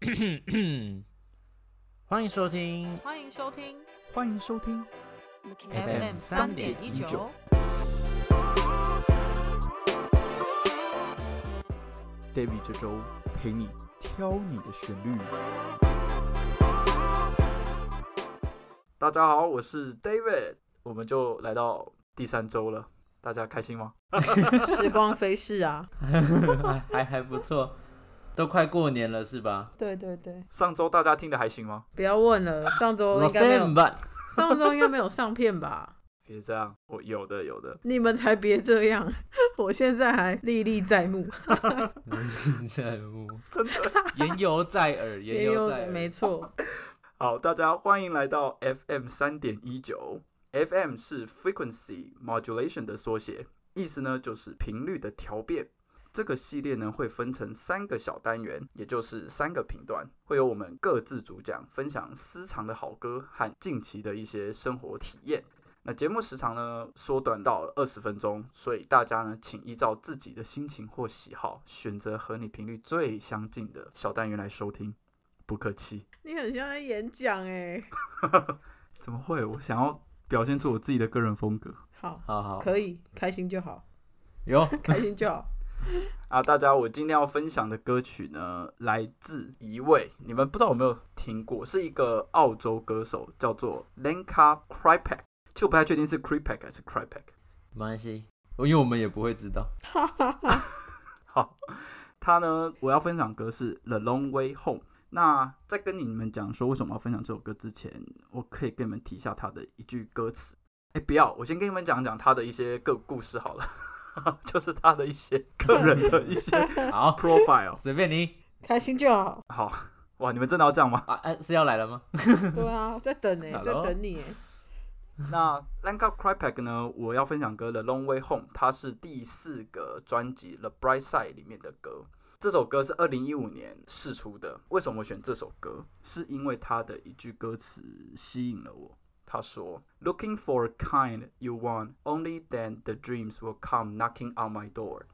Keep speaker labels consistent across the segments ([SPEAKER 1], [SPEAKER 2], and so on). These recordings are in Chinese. [SPEAKER 1] 欢迎收 听
[SPEAKER 2] 欢迎收听
[SPEAKER 3] 欢迎收听，
[SPEAKER 1] FM 3.19。
[SPEAKER 3] David 这周陪你挑你的旋律。大家好，我是 David，我们就来到第三周了，大家开心吗？
[SPEAKER 2] 时光飞逝啊，
[SPEAKER 1] 还还还不错，都快过年了是吧？
[SPEAKER 2] 对对对，
[SPEAKER 3] 上周大家听的还行吗？
[SPEAKER 2] 不要问了，上周哦应该没有，
[SPEAKER 1] 吧，
[SPEAKER 2] 上周应该没有上片吧？
[SPEAKER 3] 别这样，我有的有的，
[SPEAKER 2] 你们才别这样，我现在还历历在目，
[SPEAKER 1] 在乎，
[SPEAKER 3] 真的
[SPEAKER 1] 言犹在耳，言 犹在
[SPEAKER 2] 在
[SPEAKER 1] 耳，
[SPEAKER 2] 没错，
[SPEAKER 3] 好，大家欢迎来到 FM 三点一九，FM 是 Frequency Modulation 的缩写，意思呢就是频率的调变。这个系列呢会分成三个小单元，也就是三个频段，会有我们各自主讲分享私藏的好歌和近期的一些生活体验。那节目时长呢缩短到二十分钟，所以大家呢请依照自己的心情或喜好，选择和你频率最相近的小单元来收听，不客气。
[SPEAKER 2] 你很像在演讲哎，
[SPEAKER 3] 怎么会？我想要表现出我自己的个人风格
[SPEAKER 2] 好，
[SPEAKER 1] 好好
[SPEAKER 2] 可以，开心就 好，
[SPEAKER 1] 有
[SPEAKER 2] 开心 就好，
[SPEAKER 3] 啊！大家，我今天要分享的歌曲呢，来自一位你们不知道有没有听过，是一个澳洲歌手，叫做 Lenka Krypek。其实我不太确定是 Krypek 还是 Krypek。
[SPEAKER 1] 没关系，哦因为我们也不会知道。
[SPEAKER 2] 哈哈哈，
[SPEAKER 3] 好，他呢，我要分享歌是《The Long Way Home》。那在跟你们讲说为什么要分享这首歌之前，我可以跟你们提一下他的一句歌词。哎，不要，我先跟你们讲讲他的一些个故事好了， 就是他的一些个人的一些
[SPEAKER 1] 好，
[SPEAKER 3] profile。
[SPEAKER 1] 随便你
[SPEAKER 2] 开心就好，
[SPEAKER 3] 好，哇，你们真的要这样吗？
[SPEAKER 1] 啊，哎、是要来了吗？
[SPEAKER 2] 对啊，我在等哎，在
[SPEAKER 1] Hello
[SPEAKER 2] 等你哎，
[SPEAKER 3] 那 Lanka Krypek 呢？我要分享歌《The Long Way Home》，它是第四个专辑《The Bright Side》里面的歌。这首歌是二零一五年试出的。为什么我选这首歌？是因为它的一句歌词吸引了我。他说：“Looking for a kind you want, only then the dreams will come knocking on my door。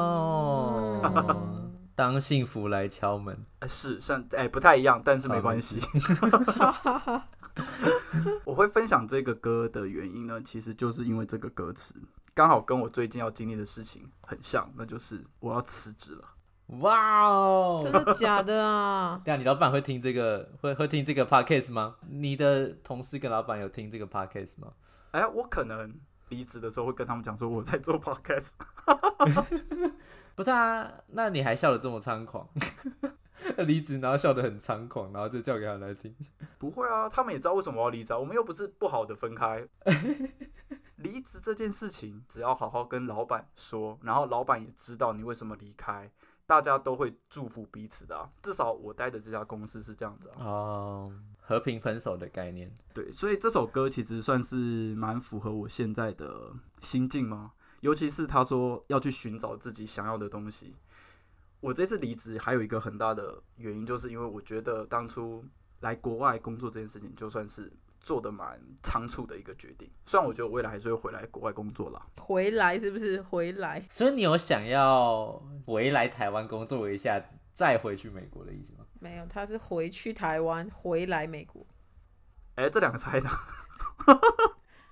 [SPEAKER 1] 哦，
[SPEAKER 2] 嗯
[SPEAKER 1] 当幸福来敲门，
[SPEAKER 3] 呃”是，算哎、不太一样，但是没关系。
[SPEAKER 2] 哈哈哈，
[SPEAKER 3] 我会分享这个歌的原因呢，其实就是因为这个歌词刚好跟我最近要经历的事情很像，那就是我要辞职了。
[SPEAKER 1] 哇哦！
[SPEAKER 2] 真的假的啊？
[SPEAKER 1] 对啊，你老板会听这个，会会听这个 podcast 吗？你的同事跟老板有听这个 podcast 吗？
[SPEAKER 3] 哎，我可能离职的时候会跟他们讲说我在做 podcast，
[SPEAKER 1] 不是啊，那你还笑得这么猖狂， 离职然后笑得很猖狂，然后就叫给他来听。
[SPEAKER 3] 不会啊，他们也知道为什么我要离职啊，我们又不是不好的分开。离职这件事情，只要好好跟老板说，然后老板也知道你为什么离开，大家都会祝福彼此的、啊。至少我待的这家公司是这样子啊。
[SPEAKER 1] 哦，和平分手的概念，
[SPEAKER 3] 对，所以这首歌其实算是蛮符合我现在的心境吗？尤其是他说要去寻找自己想要的东西。我这次离职还有一个很大的原因，就是因为我觉得当初来国外工作这件事情，就算是做的蛮仓促的一个决定。虽然我觉得我未来还是会回来国外工作啦，
[SPEAKER 2] 回来是不是回来？
[SPEAKER 1] 所以你有想要回来台湾工作一下子，再回去美国的意思吗？
[SPEAKER 2] 没有，他是回去台湾，回来美国。
[SPEAKER 3] 哎、这两个 猜的，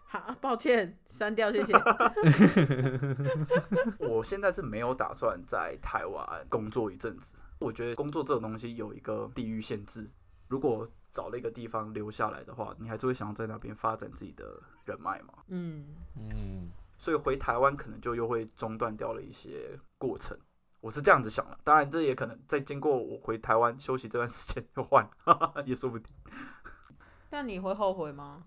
[SPEAKER 2] 好，抱歉，删掉， 谢谢。
[SPEAKER 3] 我现在是没有打算在台湾工作一阵子。我觉得工作这种东西有一个地域限制，如果找了一个地方留下来的话，你还是会想要在那边发展自己的人脉嘛。
[SPEAKER 2] 嗯，
[SPEAKER 1] 嗯，
[SPEAKER 3] 所以回台湾可能就又会中断掉了一些过程。我是这样子想的，当然这也可能在经过我回台湾休息这段时间又换了， 也说不定。
[SPEAKER 2] 但你会后悔吗？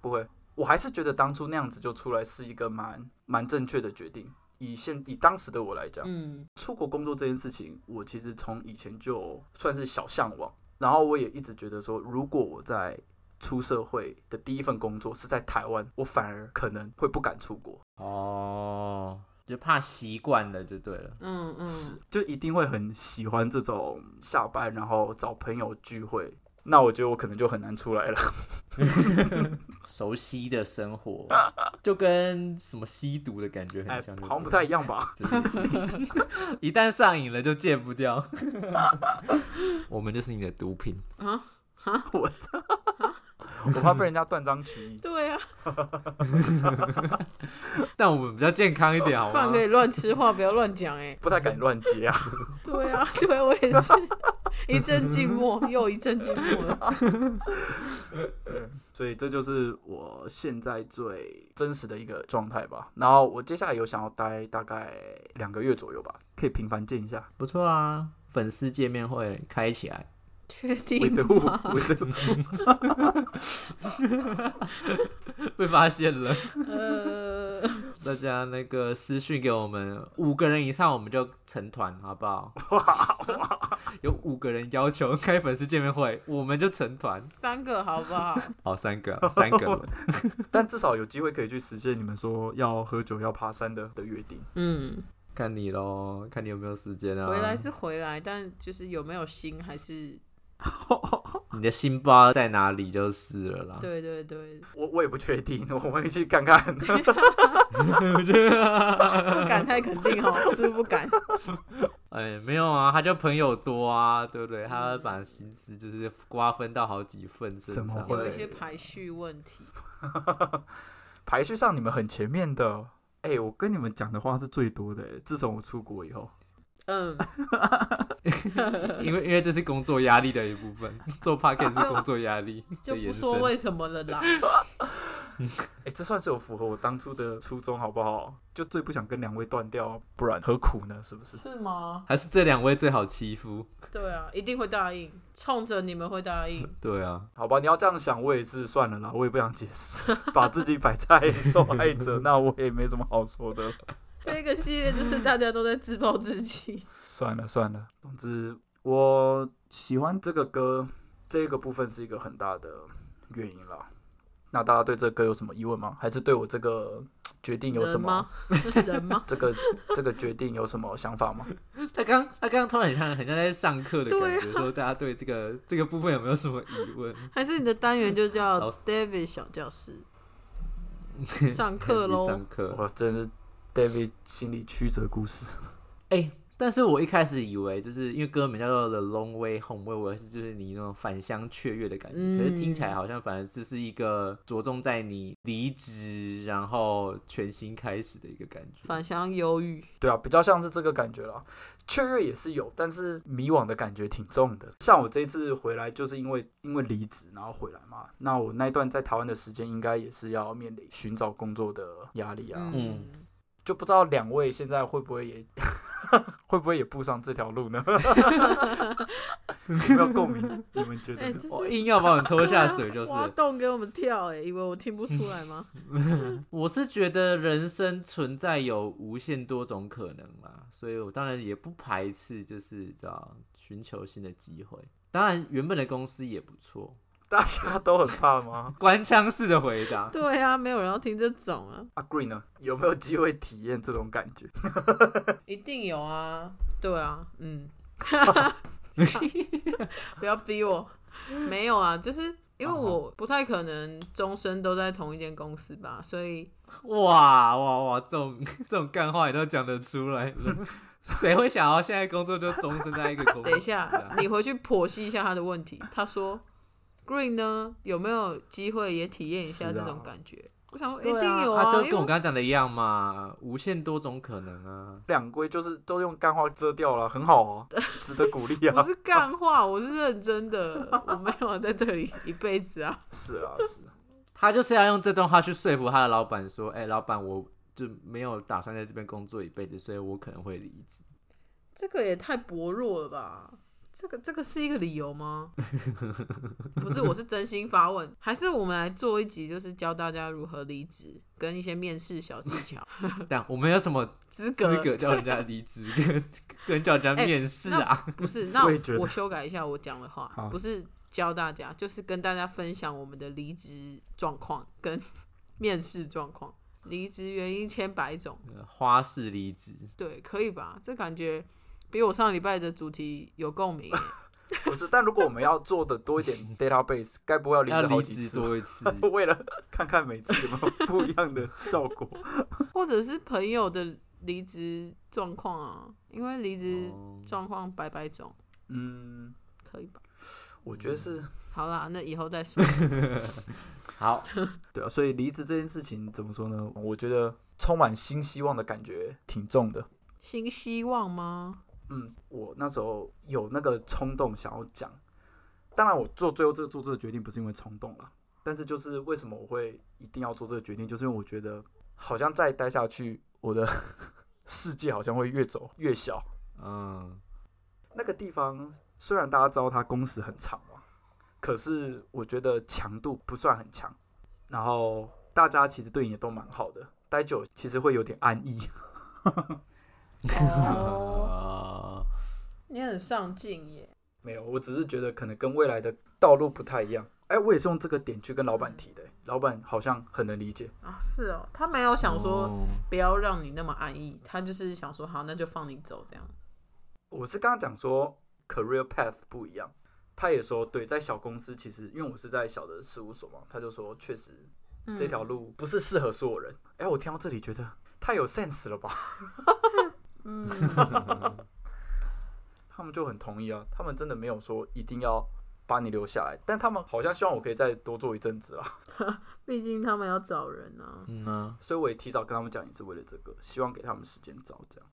[SPEAKER 3] 不会，我还是觉得当初那样子就出来是一个蛮蛮正确的决定。以现以当时的我来讲，
[SPEAKER 2] 嗯，
[SPEAKER 3] 出国工作这件事情，我其实从以前就算是小向往，然后我也一直觉得说，如果我在出社会的第一份工作是在台湾，我反而可能会不敢出国，
[SPEAKER 1] 哦，就怕习惯了就对了。
[SPEAKER 2] 嗯嗯，
[SPEAKER 3] 是就一定会很喜欢这种下班然后找朋友聚会，那我觉得我可能就很难出来了。
[SPEAKER 1] 熟悉的生活， 就跟什么吸毒的感觉
[SPEAKER 3] 哎
[SPEAKER 1] 很像，，
[SPEAKER 3] 好像不太一样吧？
[SPEAKER 1] 真的 一旦上瘾了就戒不 掉。我们就是你的毒品，
[SPEAKER 2] 啊，
[SPEAKER 3] 我怕被人家断章取义。
[SPEAKER 2] 对啊，
[SPEAKER 1] 但我们比较健康一点，好
[SPEAKER 2] 饭
[SPEAKER 1] 吗
[SPEAKER 2] 可？以乱吃话，不要乱讲哎。
[SPEAKER 3] 不太敢乱接啊！
[SPEAKER 2] 对啊，对我也是， 一阵静默又一阵静默 了。
[SPEAKER 3] 所以这就是我现在最真实的一个状态吧。然后我接下来有想要待大概两个月左右吧，可以频繁见一 下。
[SPEAKER 1] 不错啊，粉丝见面会开起来。
[SPEAKER 2] 确
[SPEAKER 3] With
[SPEAKER 2] 定
[SPEAKER 3] who？
[SPEAKER 2] 吗？
[SPEAKER 3] With who？
[SPEAKER 1] 被发现了，
[SPEAKER 2] 呃，
[SPEAKER 1] 大家那个私讯给我们，五个人以上我们就成团，好不好？有五个人要求开粉丝见面会，我们就成团。
[SPEAKER 2] 三个好不好？
[SPEAKER 1] 好，三 个啊，三个。
[SPEAKER 3] 但至少有机会可以去实现你们说要喝酒、要爬山的的约定。
[SPEAKER 2] 嗯，
[SPEAKER 1] 看你喽，看你有没有时间啊。
[SPEAKER 2] 回来是回来，但就是有没有心还 是
[SPEAKER 1] 你的心不知道在哪里就是了啦。
[SPEAKER 2] 对对对，
[SPEAKER 3] 我我也不确定，我们去看看。
[SPEAKER 2] 不敢太肯定哦，是不是不敢？
[SPEAKER 1] 哎，没有啊，他就朋友多啊，对不对？他把心思就是瓜分到好几份身
[SPEAKER 3] 怎么
[SPEAKER 1] 上。
[SPEAKER 2] 有
[SPEAKER 3] 会
[SPEAKER 2] 一些排序问题。
[SPEAKER 3] 排序上你们很前面的。 哎、我跟你们讲的话是最多的、欸自从我出国以后，
[SPEAKER 2] 嗯，
[SPEAKER 1] 因为因为这是工作压力的一部分，做 p o c a s t 是工作压力
[SPEAKER 2] 哦就
[SPEAKER 1] 的
[SPEAKER 2] 不
[SPEAKER 1] 延伸。
[SPEAKER 2] 说为什么了啦。
[SPEAKER 3] 哎、这算是有符合我当初的初衷，好不好？就最不想跟两位断掉，不然何苦呢？是不是？
[SPEAKER 2] 是吗？
[SPEAKER 1] 还是这两位最好欺负。
[SPEAKER 2] 对啊，一定会答应，冲着你们会答应。
[SPEAKER 1] 对啊，
[SPEAKER 3] 好吧，你要这样想，我也是算了啦，我也不想解释，把自己摆在 受害者，那我也没什么好说的了，
[SPEAKER 2] 这个系列就是大家都在自暴自弃。
[SPEAKER 3] 算了算了。总之，我喜欢这个歌，这个部分是一个很大的原因啦。那大家对这个歌有什么疑问吗？还是对我这个决定有什
[SPEAKER 2] 人
[SPEAKER 3] 么
[SPEAKER 2] 吗？ 人吗？
[SPEAKER 3] 这个这个决定有什么想法吗？
[SPEAKER 1] 他刚他刚刚突然很像很像在上课的
[SPEAKER 2] 对啊
[SPEAKER 1] 感觉，说大家对这个这个部分有没有什么疑问？
[SPEAKER 2] 还是你的单元就叫
[SPEAKER 1] 老师
[SPEAKER 2] David 小教室？上课喽
[SPEAKER 1] 上！课。
[SPEAKER 3] 我真是 David 心理曲折故事。
[SPEAKER 1] 但是我一开始以为，就是因为歌名叫做《The Long Way Home》，我以为是就是你那种返乡雀跃的感觉，
[SPEAKER 2] 嗯
[SPEAKER 1] 可是听起来好像反而只是一个着重在你离职然后全新开始的一个感觉。
[SPEAKER 2] 返乡忧郁，
[SPEAKER 3] 对啊，比较像是这个感觉啦。雀跃也是有，但是迷惘的感觉挺重的。像我这一次回来，就是因为因为离职，然后回来嘛。那我那一段在台湾的时间，应该也是要面临寻找工作的压力啊。
[SPEAKER 1] 嗯
[SPEAKER 2] 嗯，
[SPEAKER 3] 就不知道两位现在会不会也 会不会也步上这条路呢？ 有没有共鸣？你们觉得
[SPEAKER 2] 哎，
[SPEAKER 3] 呢？
[SPEAKER 2] 这
[SPEAKER 1] 我
[SPEAKER 2] 是
[SPEAKER 1] 硬要把你拖下水，就是
[SPEAKER 2] 挖洞给我们跳，哎，以为我听不出来吗？
[SPEAKER 1] 我是觉得人生存在有无限多种可能啦，所以我当然也不排斥，就是叫寻求新的机会。当然，原本的公司也不错。
[SPEAKER 3] 大家都很怕吗？
[SPEAKER 1] 官腔式的回答，
[SPEAKER 2] 对啊，没有人要听这种啊，
[SPEAKER 3] 阿 Green 呢？有没有机会体验这种感觉？
[SPEAKER 2] 一定有啊，对啊，嗯， 不要逼我，没有啊，就是因为我不太可能终身都在同一间公司吧，所以
[SPEAKER 1] 哇哇哇！这种这种干话你都讲得出来了，谁会想要现在工作就终身在一个公司？
[SPEAKER 2] 等一下，你回去剖析一下他的问题。他说，Green 呢有没有机会也体验一下
[SPEAKER 3] 是
[SPEAKER 2] 这
[SPEAKER 3] 啊
[SPEAKER 2] 种感觉？我想说一
[SPEAKER 1] 对
[SPEAKER 2] 定有
[SPEAKER 1] 啊，就
[SPEAKER 2] 因
[SPEAKER 1] 跟我
[SPEAKER 2] 为
[SPEAKER 1] 刚刚讲的一样嘛，无限多种可能啊。
[SPEAKER 3] 两龟就是都用干话遮掉了，很好啊，值得鼓励
[SPEAKER 2] 不
[SPEAKER 3] 啊。
[SPEAKER 2] 是干话，我是认真的，我没有在这里一辈子啊。
[SPEAKER 3] 是啊，是啊
[SPEAKER 1] 他就是要用这段话去说服他的老板说：“哎、老板，我就没有打算在这边工作一辈子，所以我可能会离职。
[SPEAKER 2] 这个也太薄弱了吧？这个这个是一个理由吗？ 不是，我是真心发问，还是我们来做一集，就是教大家如何离职，跟一些面试小技巧、”
[SPEAKER 1] 但我们有什么
[SPEAKER 2] 资格。
[SPEAKER 1] 资格叫人家离职，跟跟叫人家面试啊？
[SPEAKER 2] 不是，那
[SPEAKER 3] 我也觉得
[SPEAKER 2] 我修改一下我讲的话
[SPEAKER 3] 好，
[SPEAKER 2] 不是教大家，就是跟大家分享我们的离职状况跟 面试状况。离职原因千百种，
[SPEAKER 1] 呃花式离职，
[SPEAKER 2] 对，可以吧？这感觉比我上礼拜的主题有共鸣耶。
[SPEAKER 3] 不是，但如果我们要做的多一点 database，该不会要离
[SPEAKER 1] 要
[SPEAKER 3] 职好
[SPEAKER 1] 离
[SPEAKER 3] 几
[SPEAKER 1] 职
[SPEAKER 3] 次吧？
[SPEAKER 1] 多一次，
[SPEAKER 3] 为了看看每次有没有不一样的效果。
[SPEAKER 2] 或者是朋友的离职状况啊，因为离职
[SPEAKER 1] 哦
[SPEAKER 2] 状况百百种，
[SPEAKER 3] 嗯，
[SPEAKER 2] 可以吧？
[SPEAKER 3] 我觉得是
[SPEAKER 2] 好啦，那以后再说。
[SPEAKER 1] 好，
[SPEAKER 3] 对啊，所以离职这件事情怎么说呢？我觉得充满新希望的感觉挺重的。
[SPEAKER 2] 新希望吗？
[SPEAKER 3] 嗯，我那时候有那个冲动想要讲，当然我做最后这个做这个决定不是因为冲动啦，但是就是为什么我会一定要做这个决定，就是因为我觉得好像再待下去，我的 世界好像会越走越小。
[SPEAKER 1] 嗯，
[SPEAKER 3] 那个地方虽然大家知道它工时很长嘛，可是我觉得强度不算很强，然后大家其实对你也都蛮好的，待久其实会有点安逸。
[SPEAKER 2] 哦，
[SPEAKER 1] 啊，
[SPEAKER 2] 你很上进耶。
[SPEAKER 3] 没有，我只是觉得可能跟未来的道路不太一样。哎、我也是用这个点去跟老板提的、哎老板好像很能理解。
[SPEAKER 2] 啊，是哦，他没有想说
[SPEAKER 1] 哦
[SPEAKER 2] 不要让你那么安逸，他就是想说好，那就放你走这样。
[SPEAKER 3] 我是刚刚讲说 career path 不一样，他也说对，在小公司其实因为我是在小的事务所嘛，他就说确实
[SPEAKER 2] 嗯
[SPEAKER 3] 这条路不是适合所有人。哎、我听到这里觉得太有 sense 了吧？
[SPEAKER 2] 嗯，
[SPEAKER 3] 他们就很同意啊，他们真的没有说一定要把你留下来，但他们好像希望我可以再多做一阵子啊，
[SPEAKER 2] 毕竟他们要找人啊。
[SPEAKER 1] 嗯呢，
[SPEAKER 3] 所以我也提早跟他们讲，也是为了这个，希望给他们时间找这样。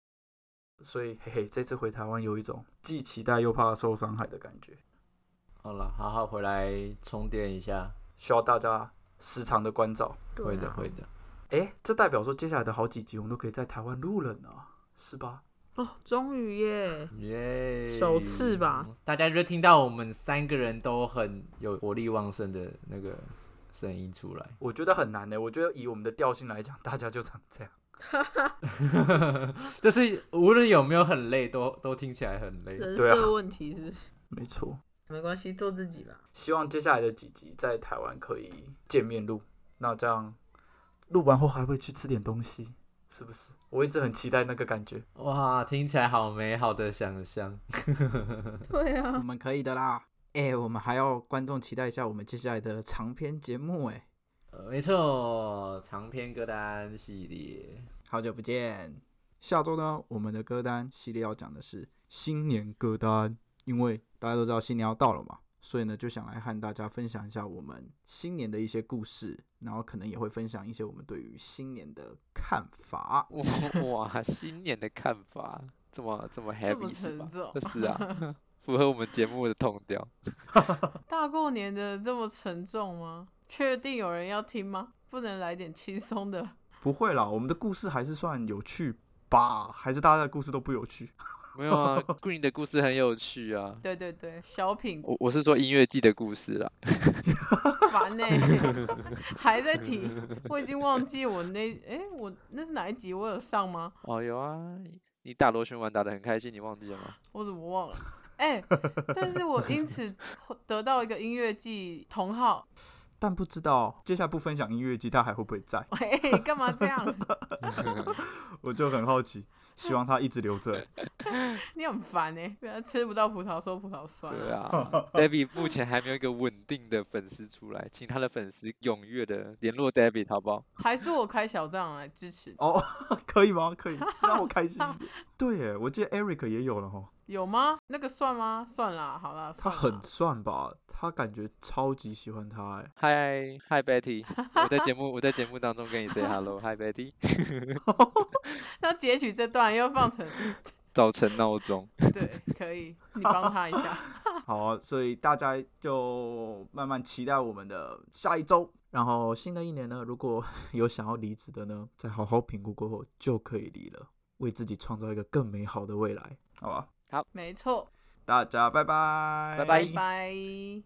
[SPEAKER 3] 所以嘿嘿，这次回台湾有一种既期待又怕受伤害的感觉，
[SPEAKER 1] 好了，好好回来充电一下，
[SPEAKER 3] 需要大家时常的关照。
[SPEAKER 2] 对啊
[SPEAKER 1] 会的，会的，
[SPEAKER 3] 诶，这代表说接下来的好几集我们都可以在台湾录了呢，是吧？
[SPEAKER 2] 哦，终于耶！
[SPEAKER 1] 耶，
[SPEAKER 2] 首次吧，
[SPEAKER 1] 大家就听到我们三个人都很有活力旺盛的那个声音出来，
[SPEAKER 3] 我觉得很难呢、我觉得以我们的调性来讲，大家就长这样。
[SPEAKER 1] 就是无论有没有很累，都都听起来很累，
[SPEAKER 2] 人
[SPEAKER 3] 对啊
[SPEAKER 2] 设问题是不是？
[SPEAKER 3] 没错，
[SPEAKER 2] 没关系，做自己啦。
[SPEAKER 3] 希望接下来的几集在台湾可以见面录。那这样录完后还会去吃点东西，是不是？我一直很期待那个感觉。
[SPEAKER 1] 哇，听起来好美好的想象，
[SPEAKER 2] 对
[SPEAKER 4] 我
[SPEAKER 2] 啊，
[SPEAKER 4] 们可以的啦。哎、我们还要观众期待一下我们接下来的长篇节目哎、
[SPEAKER 1] 呃没错，长篇歌单系列，
[SPEAKER 4] 好久不见。下周呢，我们的歌单系列要讲的是新年歌单，因为大家都知道新年要到了嘛，所以呢就想来和大家分享一下我们新年的一些故事，然后可能也会分享一些我们对于新年的看法。
[SPEAKER 5] 哇哇，啊新年的看法这么这么
[SPEAKER 2] 这么
[SPEAKER 5] happy 是吧
[SPEAKER 2] 沉？重
[SPEAKER 5] 这，是啊， 符合我们节目的痛调。
[SPEAKER 2] 大过年的这么沉重吗？确定有人要听吗？不能来点轻松的？
[SPEAKER 4] 不会啦，我们的故事还是算有趣吧？还是大家的故事都不有趣？
[SPEAKER 5] 没有啊，Green 的故事很有趣啊。
[SPEAKER 2] 对对对，小品
[SPEAKER 5] 我我是说音乐季的故事啦，
[SPEAKER 2] 烦呢、欸 还在提，我已经忘记我那哎、我那是哪一集我有上吗？
[SPEAKER 5] 哦有啊，你打螺旋丸打得很开心，你忘记了吗？
[SPEAKER 2] 我怎么忘了？哎、但是我因此得到一个音乐季同 号，
[SPEAKER 4] 但不知道接下来不分享音乐季，他还会不会在？
[SPEAKER 2] 喂、干嘛这样？
[SPEAKER 4] 我就很好奇，希望他一直留着。
[SPEAKER 2] 你很烦哎、不然吃不到葡萄说葡萄酸、
[SPEAKER 5] 对 啊，David 目前还没有一个稳定的粉丝出来，请他的粉丝踊跃的联络 David 好不好？
[SPEAKER 2] 还是我开小账来支持，
[SPEAKER 4] 哦，可以吗？可以，让我开心一点。对耶，我记得 Eric 也有了哈，
[SPEAKER 2] 有吗？那个算吗？算啦，好啦，
[SPEAKER 4] 他
[SPEAKER 2] 算啦
[SPEAKER 4] 很算吧，他感觉超级喜欢他哎。
[SPEAKER 5] 嗨嗨 Betty，我 在节目我在节目当中跟你 say hello，嗨 Betty，
[SPEAKER 2] 那截取这段又放成，
[SPEAKER 5] 早晨闹钟，
[SPEAKER 2] 对，可以，你帮他一下。
[SPEAKER 4] 好啊、所以大家就慢慢期待我们的下一周。然后新的一年呢，如果有想要离职的呢，再好好评估过后就可以离了，为自己创造一个更美好的未来，好吧？
[SPEAKER 2] 没错，
[SPEAKER 4] 大家拜拜，
[SPEAKER 5] 拜
[SPEAKER 2] 拜
[SPEAKER 5] 拜
[SPEAKER 2] 拜。